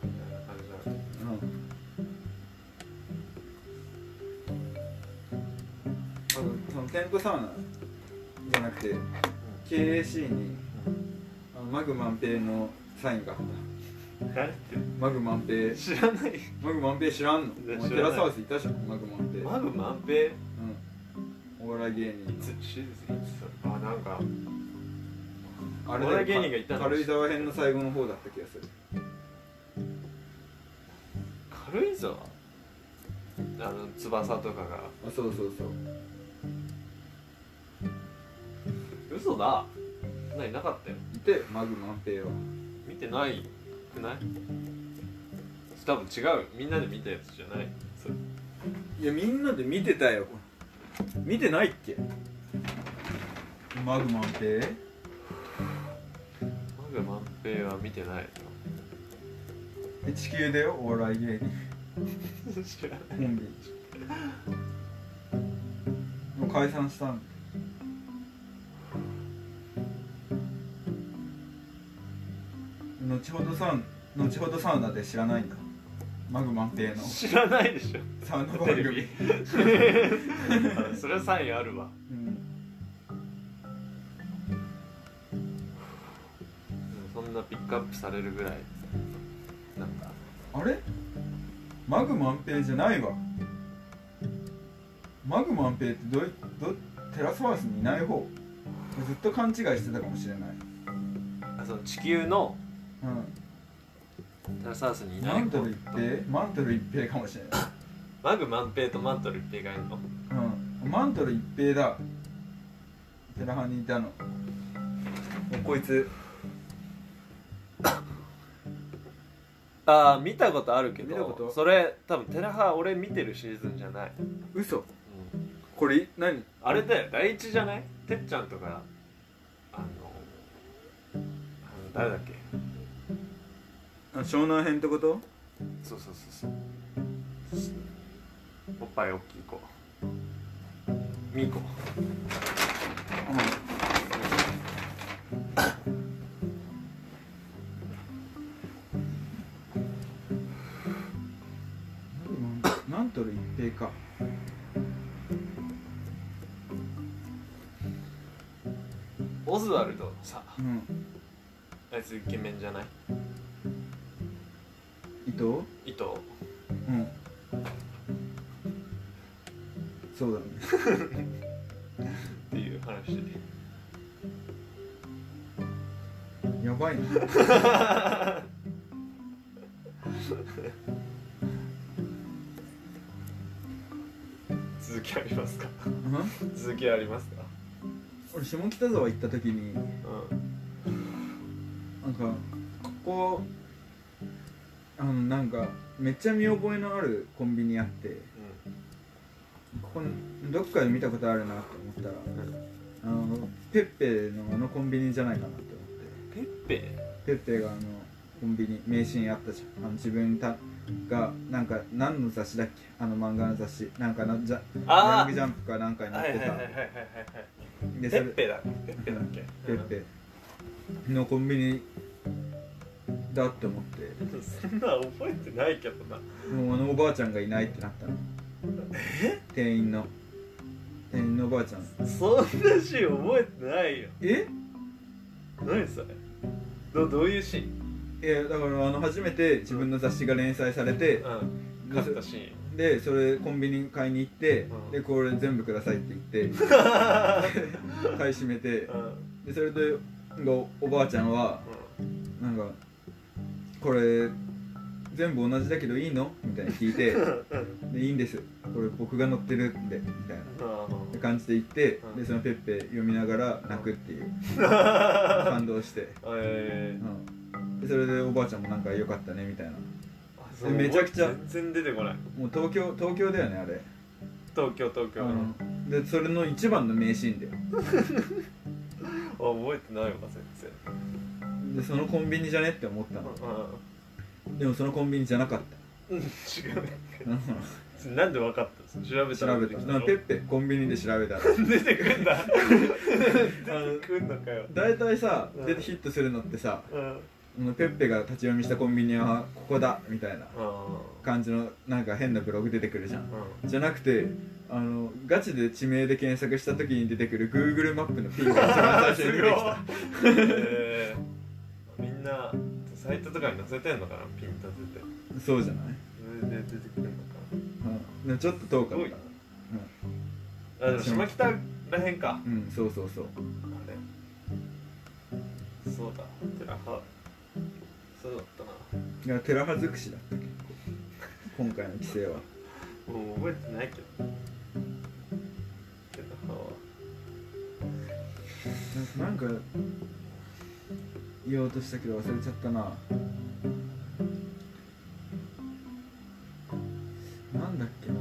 みたいな感じだね
うんあとそのテントサウナじゃなくて KAC にあのマグマンペイのサインがあった
誰っ
マグマンペイ
て知らない
マグマンペイ知らん
い
の
や
お
知
前テ
らない
ラスハウスいたじゃんマグマンペイ、うん
マグマンペ
お笑い芸人
つしあなんか
のあれ
お笑い芸
だよ
人がいたんだ
軽井沢編の最後の方だった気がする
軽井沢あの翼とかが
あそうそうそう
嘘だないなかったよ
いてマグマペイは
見てないくない多分違うみんなで見たやつじゃないそれ
いやみんなで見てたよ見てないっけマグマペイ
マグマンペイは見てない
え地球だよお笑い芸人
の 知らない
コンビもう解散したん後ほどサウナ後ほどサウナで知らないんだマグマンペイの
知らないでしょ
サウナ番
テ
組
レビあそれはサインあるわ
うん
そんなピックアップされるぐらいなんか
あれマグマンペイじゃないわマグマンペイってどいどテラスハウスにいない方ずっと勘違いしてたかもしれない、
あその地球の
う
テラサウスにい
ん、
な
マ
い
ントル一平マントル一平かもしれない
マグマンペイとマントル一平がいるの
うん、マントル一平だテラハにいたのもうこいつ
ああ見たことあるけど
見たこと
それ多分テラハ俺見てるシーズンじゃない、
嘘これ何
あれだよ第一じゃないてっちゃんとかあのあの誰だっけ
あ湘南編ってこと
そうそうそうそうおっぱい大きい子ミーコ
うんマントル一平か
オズワルドのさ
うん
あいつイケメンじゃない
伊藤
伊藤
うんそうだね
っていう話で
やばいな
続きありますか
うん
続きありますか
俺下北沢行った時に
うん
なんかここあのなんかめっちゃ見覚えのあるコンビニあってここどっかで見たことあるなと思ったら
うん
あのペッペのあのコンビニじゃないかなと思って
ペッペ
ペッペがあのコンビニ名シーンあったじゃんあの自分たがなんか何の雑誌だっけあの漫画の雑誌なんかのじゃヤン
あ
グジャンプかなんか
あ
になっ
はい
て
はいはい
た
はいはいはい
でそ
ペ
れ
ッペだペッペだっけ
ペッペのコンビニだって思って
うんそんな覚えてないけどな
もうあのおばあちゃんがいないってなったの店員の店員のおばあちゃん
そんなシーン覚えてないよ
え
何それどどういうシーン
いやだからあの初めて自分の雑誌が連載されて、
うん
で
勝ったシ
でそれコンビニ買いに行って、
うん
でこれ全部くださいって言って 買い占めて
ーンうん
でそれでおおばあちゃんはなんか「これ全部同じだけどいいの?」みたいに聞い て
うん
「でいいんですこれ僕が乗ってるんで」みたいな
うん
感じで行って
うん
でそのペッペ読みながら泣くって いう感動して、
え
うん、でそれでおばあちゃんもなんか良かったねみたいな
ー
めちゃくちゃ
全然出てこない
もう東京東京だよねあれ
東京東京、あ
うん、でそれの一番の名シーンだよ
覚えてないわ全
でそのコンビニじゃねって思ったのでもそのコンビニじゃなかっ
然違う
たうん
なんで分かったの調べたら
調べたなんかペッペコンビニで調べたら
出てくんだ出てくんのかよ
大体さ
うん
出てヒットするのってさ
うん
あのペッペが立ち読みしたコンビニはここだみたいな
う
感じのなんか変なブログ出てくるじゃん
ん
じゃなくてあのガチで地名で検索した時に出てくる Google マップの P が一番最初に出て
す
きた
ごいえーみんなサイトとかに載せてんのかなピン立てて
そうじゃない、
それで出てくるのかな
うん、でもちょっと遠
す
かっ
ごい
た
あ
な
でも下北らへんか
うんそうそうそう
あれそうだ寺派そうだったない
や寺葉尽くしだった結構今回の規制は
もう覚えてないけど寺派は
なんか言おうとしたけど忘れちゃったななんだっけな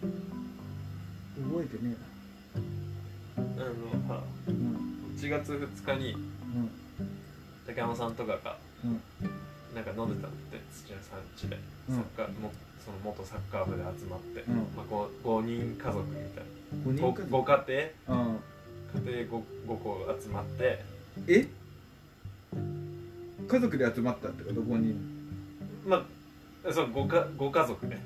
覚えてね
あのさ
えなうん
1月2日に
うん
竹山さんとかが
うん
なんか飲んでたって土屋さんちで
うん
サッカーもその元サッカー部で集まって、
うん
まあ、5, 5人家族みたい
5
な
人家
5,
族
家庭
ああ
家庭 5, 5個集まって
え家族で集まったってこと5人
まあそうごかご家族ね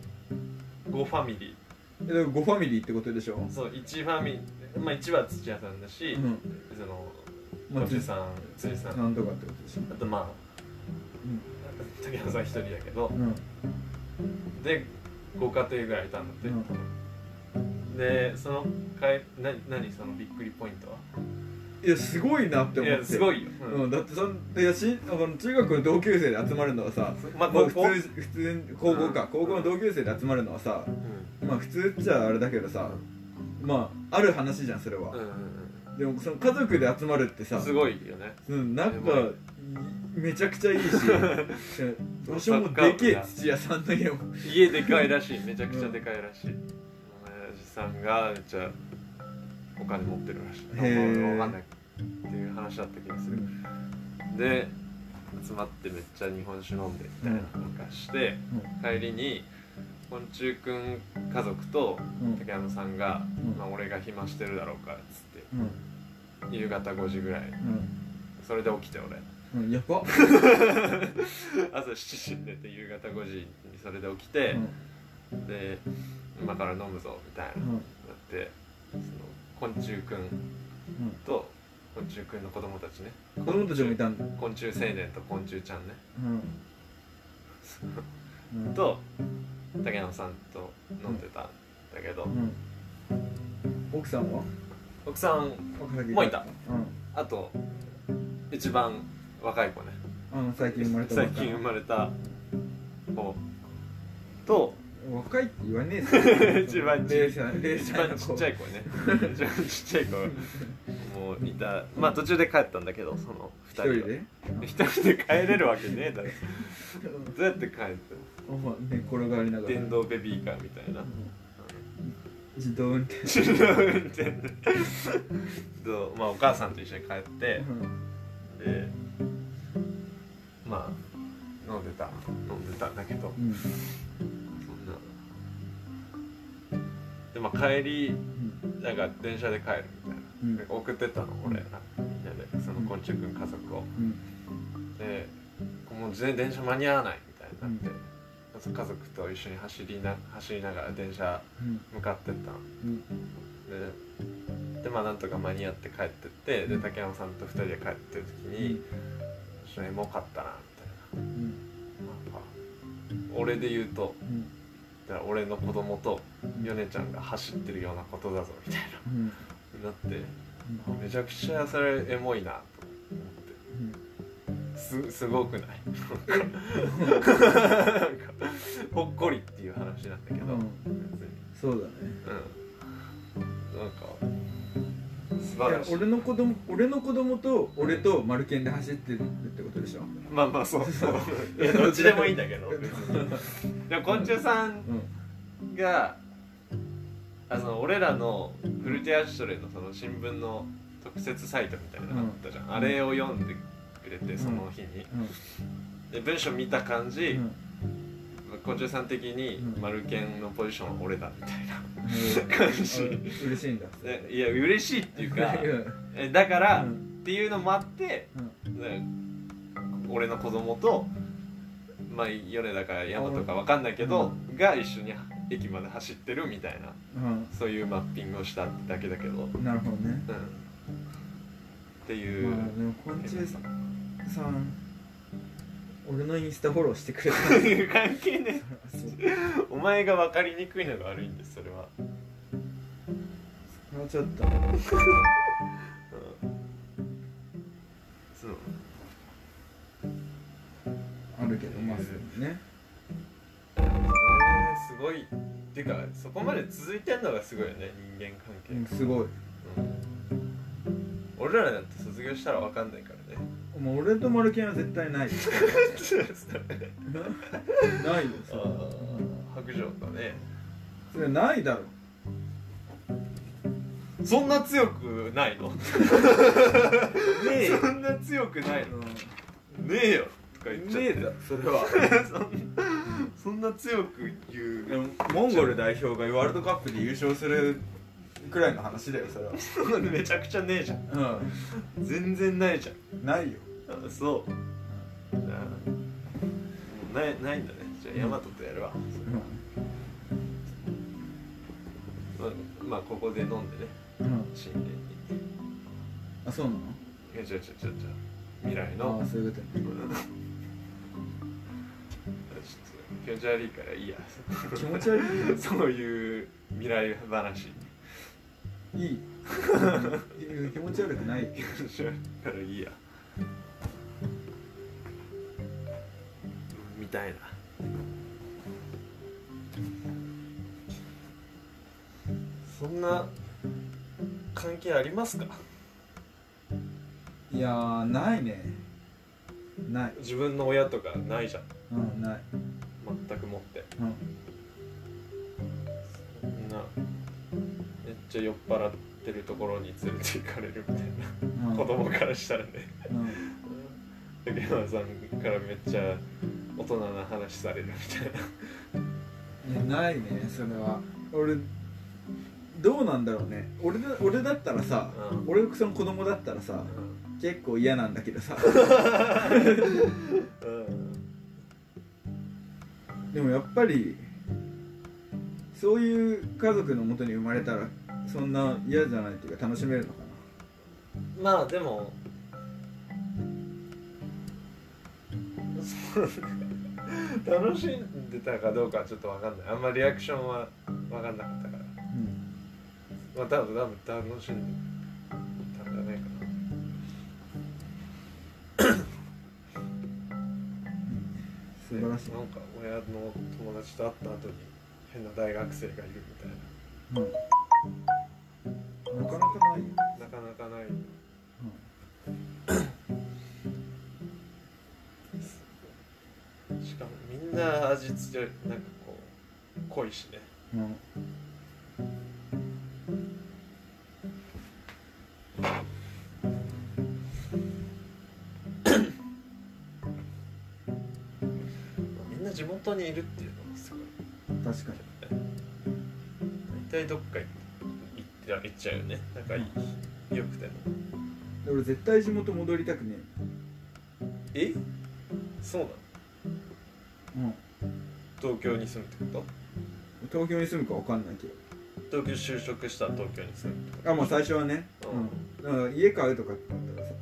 ごファミリ
えだから5ファミリーってことでしょ
ーそう1ファミまあ1は土屋さんだし、
うん
その
まあ
松井さん辻さん、
なんとかってことでしょ
あとま
うん
あ竹山さん一人だけど
うん
でご家庭ぐらいいたんだって、
うん
でそのかいな何そのびっくりポイントはい
やすごいなって
い
思って
やすごいよ、うん
うん、だってそんいやしあの中学の同級生で集まるのはさ、
まあ
まあ
高校
普通普通に高校か、
うん
高校の同級生で集まるのはさ
う
まあ普通っちゃあれだけどさまあある話じゃんそれは
ん、、
でもその家族で集まるってさ
すごいよね
うん、なんか
う
めちゃくち ゃいいしうん場所もでけえ土屋さんの家も
家でかいらしいめちゃくちゃでかいらしい、親父さんがめっちゃお金持ってるらしい
へー
わかんないっていう話だった気がするで集まってめっちゃ日本酒飲んでみたいななんかして、帰りに昆虫くん家族と
うんうん
竹山さんが、
うん
まあ、俺が暇してるだろうからっつっ
うん
て夕方5時ぐらいそれで起きて俺
うんうんやばっ、
朝7時に寝て夕方5時にそれで起きて、
うん
で今から飲むぞみたいな
うんうん
だってその昆虫くんと昆虫くんの子供たちね
子供たちもいたんだ、
昆虫青年と昆虫ちゃんね
うんうん、
と竹山さんと飲んでたんだけど
うん、奥さんは
奥さんもういたあと一番若い子ね
うん、あ最近生まれたばっ
最
か
近生まれた子と
若いって言わねえぞ
一番ち
冷静な冷
一
静な
番
子
ちっちゃい子 ね一番ちっちゃい子もういたまあ途中で帰ったんだけどその2
一
人
人
は
で
一人で帰れるわけねえだろどうやって帰る
お前寝転がりな
の
がら
電動ベビーカーみたいな
自動運転
自動運 転でそうまあお母さんと一緒に帰って
うん
でまあ飲んでた飲んでたんだけど
うん
そんなでまあ帰りなんか電車で帰るみたいな
うん
なんか送ってったの俺なんかみんなでその昆虫くん家族を
うん
でもう全然電車間に合わないみたいになって、家族と一緒に走りな走りながら電車
うん
向かってったの
うん
ででまあなんとか間に合って帰ってってで竹山さんと2人で帰ってる時に「一緒にエモかったな」み
うん
たいななんか俺で言うと
うん
だから俺の子供とヨネちゃんが走ってるようなことだぞみたいな
うん
なってあめちゃくちゃそれエモいなと思って。
うん
すすごくないなんかなんかほっこりっていう話なんだけど、
うん
別に
そうだね
うんなんか素
い
晴
や
らしい
俺の子供俺の子供と俺と丸犬で走ってるってことでしょ
まあまあそうそういやどっちでもいいんだけど別にでも昆虫さん
うん
があその俺らのフルテアシュトレのその新聞の特設サイトみたいなのあったじゃん、
うん
あれを読んでくれてその日に、
うん
で文章見た感じ、
うん
昆虫さん的に
うん
丸犬のポジションは俺だみたいな
うん
嬉しい
あ嬉しいんだ
でいや嬉しいっていうか
うん
えだから、
う
っ
ん
ていうのもあって
うん
ね俺の子供とまあ米田か山とかわかんないけど、が一緒に駅まで走ってるみたいな
うん
そういうマッピングをしたってだけだけど、うん、っ
なるほどね、
ていう、
まあでも昆虫さんさん
俺のインスタフォローしてくれた
関係ね
そう
えお前が分かりにくいのが悪いんですそれは
これはちょっと
そう
あるけどまあそうね
すごいっていうかそこまで続いてんのがすごいよね人間関係、
うんすごい
俺らなんて卒業したら分かんない からね
もう俺とマルケンは絶対ないないよ
ああ白状だね
それないだろ
そんな強くないのねえそんな強くないのねえよとか言っちゃって
だそれは
そんな強く言う
でもモンゴル代表がワールドカップで優勝するくらいの話だよそれは
めちゃくちゃねえじゃん
う
全然ないじゃん
んないよ
あそうじゃあもうないないんだねじゃあヤマトとやるわまあ、まあ、ここで飲んでね
うん
真剣に
あそうなの
いやちょちょちょちょ未来
あ
の
あそういうこ
うんちょっと気持ち悪いからいいや
とね気持ち悪
そういう未来話
い いいいや気持ち悪くない
気持ち悪いからいいやみたいなそんな関係ありますか
いやーないねない
自分の親とかないじゃん
うんない
全くもって
うん
そんなめっちゃ酔っ払ってるところに連れて行かれるみたいな
うん
子供からしたらね
うん
竹山さんからめっちゃ大人な話されるみたいない
やないねそれは俺どうなんだろうね俺だ俺だったらさ、
うん
俺その子供だったらさ結構嫌なんだけどさ
うん
でもやっぱりそういう家族のもとに生まれたらそんな嫌じゃないっていうか楽しめるのか
まあでも そう楽しんでたかどうかはちょっと分かんないあんまリアクションは分かんなかったから
な、うん、
まあ多分多分楽しんでたんじゃないかな
素晴らしい、
なんか親の友達と会った後に変な大学生がいるみたい
うん、なかなかないよ、
ななかなかないしかもみんな味強いなんかこう濃いしね
うんうん
みんな地元にいるっていうのもすごい
確かに
大体どっか行って行っちゃうよね仲いいよくても
で俺絶対地元戻りたくね
えそうなの
え、うん、
東京に住むってこ
東京に住むかわかんないけど
と東京就職したら東京に住むってこと
あまあ最初はね、うん、だから家買うとかってなったらさ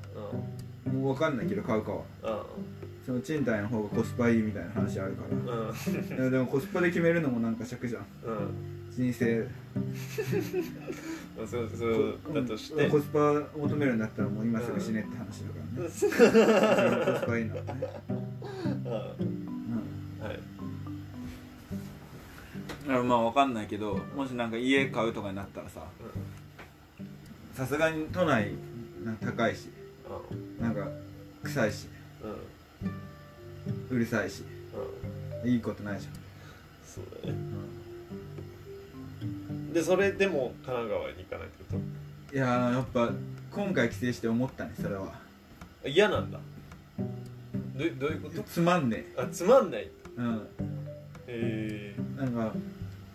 うん
もう分かんないけど買うかはその賃貸の方がコスパいいみたいな話あるか
うんうん
らいやでもコスパで決めるのもなんか尺じゃん
うん
人生
まあそうそうだとして
コスパ求めるんだったらもう今すぐ死ねって話だからね、コスパいいのはね、
うん
うん、
はい
だからまあ分かんないけどもしなんか家買うとかになったらささすがに都内なんか高いし
うん
なんか臭いし
うんうん
うるさいし
うん
いいことないじ
そうだね
ゃん、
でそれでも神奈川に行かないってこ
いやーやっぱ今回帰省して思ったねそれは
とあ嫌なんだどどういうこと
つまんね
あつまんないへ
えうん
え
なんか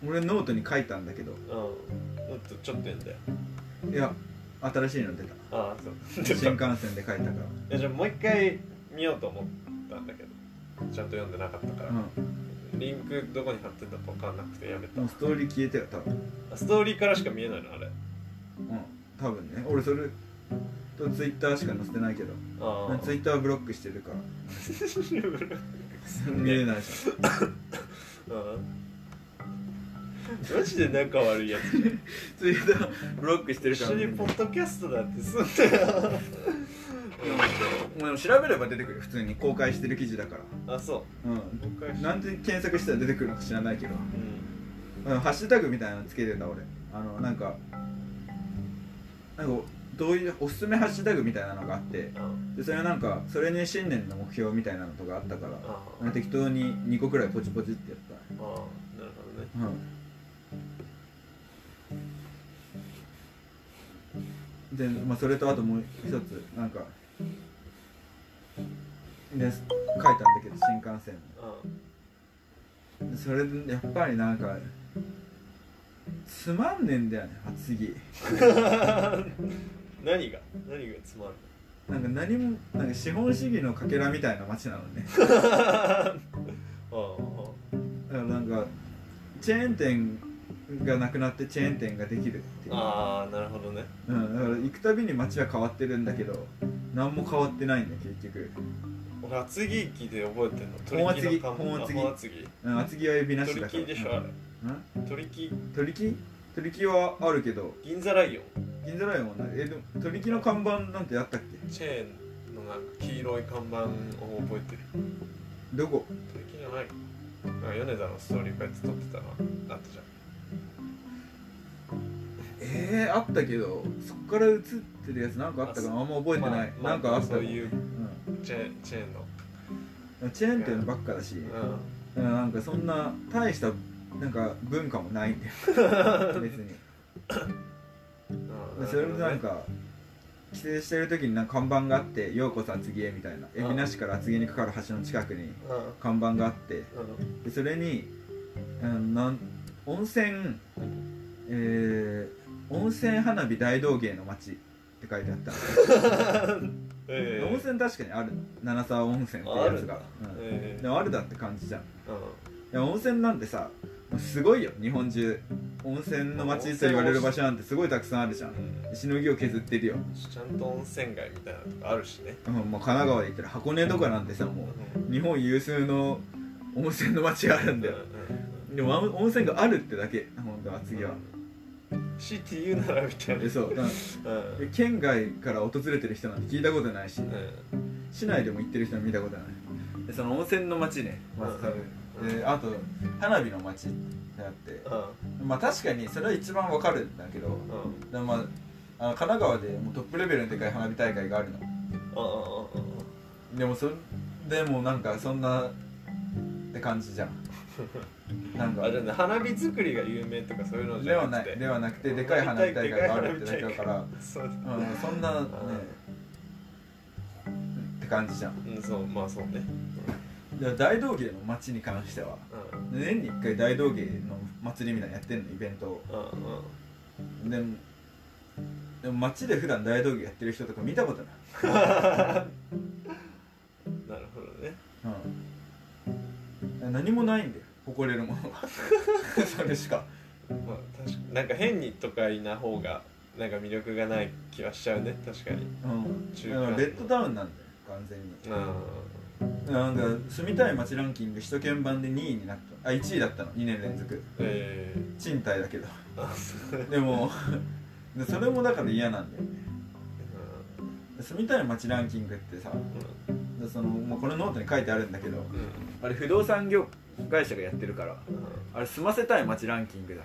俺ノートに書いたんだけど
うんもっとちょっとやんだよ
いや新しいの出た
ああそう
新幹線で書いたか
えじゃあもう一回見ようと思ったんだけどちゃんと読んでなかったからら、
うん
リンクどこに貼ってたか分かんなくてやめた
もうストーリー消えたよ多分
あストーリーからしか見えないのあれ
うん多分ね俺それとツイッターしか載せてないけど
ああ
ツイッターはブロックしてるから
うん
見れないじゃん
マジで仲悪いやつじゃん
ツイッターブロックしてるか
一
ら
緒にポッドキャストだってすんだよ
もうでも調べれば出てくる普通に公開してる記事だから
あそう
うん
公開し
なんで検索したら出てくるのか知らないけど
うん
うんハッシュタグみたいなのつけてた俺あのなんかなんかどういうおすすめハッシュタグみたいなのがあって
あ
でそれはなんかそれに新年の目標みたいなのとかあったから
あ
なんか適当に2個くらいポチポチってやっ
ああなるほどね
たうんで、まあ、それとあともう一つなんかで書いたんだけど新幹線の
あ
それでやっぱりなんかつまんねえんだよね厚木
何が何がつまる
なんか何もなんか資本主義のかけらみたいな街なのね
の
だからなんかチェーン店がなくなってチェーン店ができるっていう、
ああなるほどね
うん、だから行くたびに街は変わってるんだけど何も変わってないんだよ結局、
俺厚木駅で覚えてんの
本厚木
鳥木の看板
本厚木
あ本厚木
うん、厚木は呼びなしだ
鳥
から
木でしょあれ
うん
鳥木
鳥木鳥木はあるけど
銀座ライオン
銀座ライオンはないえでも鳥木の看板なんてあったっけ
チェーンのなんか黄色い看板を覚えてる
どこ
鳥木じゃないなんか米田のストーリーこうやって撮ってたのあったじゃん
えー、あったけどそこから映ってるやつなんかあったかなあんま覚えてない、
まあ
なんかあった
そ
よ
ういうチェーンチェーンの
うん、チェーン店のばっかだし、
う
うんなんかそんな大したなんか文化もないんだ よ別に
んうん
それもなんか帰省してる時になんか看板があって「ようこそ厚木へ」みたいな
うん
海老名市から厚木にかかる橋の近くに
うんうん
看板があってでそれに、うん、なん温泉えー、温泉花火大道芸の街って書いてあったの
ええ
温泉確かにある七沢温泉っていうやつが
あ
うん
ええ
でもあるだって感じじゃん
う
いや温泉なんてさもうすごいよ日本中温泉の街と言われる場所なんてすごいたくさんあるじゃん
ん
しのぎを削ってるよ、
ちゃんと温泉街みたいなとこあるしね
うんもう神奈川で言ったら箱根とかなんてさもう日本有数の温泉の街があるんだよ、でもあん温泉があるってだけ本当厚木は、
強いて言うならみたいな
えそうだか
うんう
ら県外から訪れてる人なんて聞いたことないし、
ん
市内でも行ってる人は見たことないでその温泉の街ねまず
うん
であと花火の街ってあってまあ確かにそれは一番わかるんだけど、
うんうん
でまあ、あの神奈川でもうトップレベルのでかい花火大会があるの
ああ
でもそれでもなんかそんなって感 じじゃんな
あ
んか
ああじゃあね花火作りが有名とかそういうのじ
で
ゃ
は
な
な
くて
いではなくてでかい花火大会があるってだけだ
でかい花火大会
から、
そう
うん、そんなねって感じじゃん
うんそうまあそうね
で大道芸の街に関しては
うん
年に1回大道芸の祭りみたいなのやってんのイベントを
うんうん
でもでも街で普段大道芸やってる人とか見たことない
なるほどね
うん、何もないんだよ誇れるものは それしか
まあ確かになんか変に都会な方がなんか魅力がない気はしちゃうね確かに
うん
中
だ
間
からベッドダウンなんだよ完全に
うん
なんか住みたい街ランキング首都圏版で2位になったあ1位だったの2年連続
ええ
賃貸だけど
あそう
でもでそれもだから嫌なんだよね
う
住みたい街ランキングってさ
ん
でその、まあ、このノートに書いてあるんだけど
うん
あれ不動産業会社がやってるから
うん
あれ住ませたい街ランキングだ
あ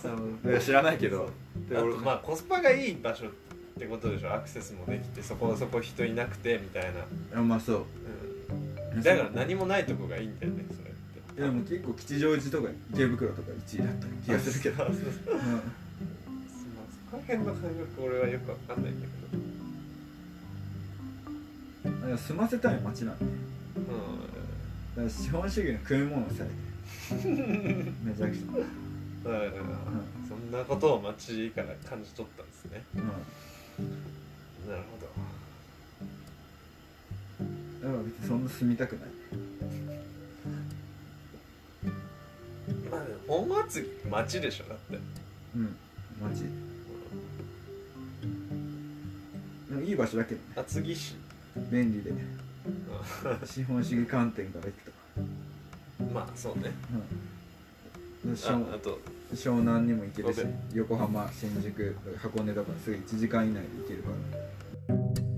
そう
から知らないけど
あとまあコスパがいい場所ってことでしょアクセスもできてそこそこ人いなくてみたいな、
あまあそう
うだから何もないとこがいいんだよねそれって
いやでも結構吉祥寺とか池袋とか1位だった気がするけ ど、
あそうそう
うん
まあそこら辺の感覚俺はよくわかんないんだけど
だから住ませたい街なんでだ
う
から資本主義の食い物さえ めちゃくち
ん、
ゃ、
うん、そんなことを街から感じ取ったんですね
うん、だか
なるほど
ら別にそんな住みたくない
まあでも本厚木町でしょだって
うん街
う
なんいい場所だけどね
厚木市
便 利で資本主義観点からいくと、
まあそうね
うん、
ああと
湘南にも行けるし
そうだ
横浜新宿箱根とかすぐ1時間以内で行けるから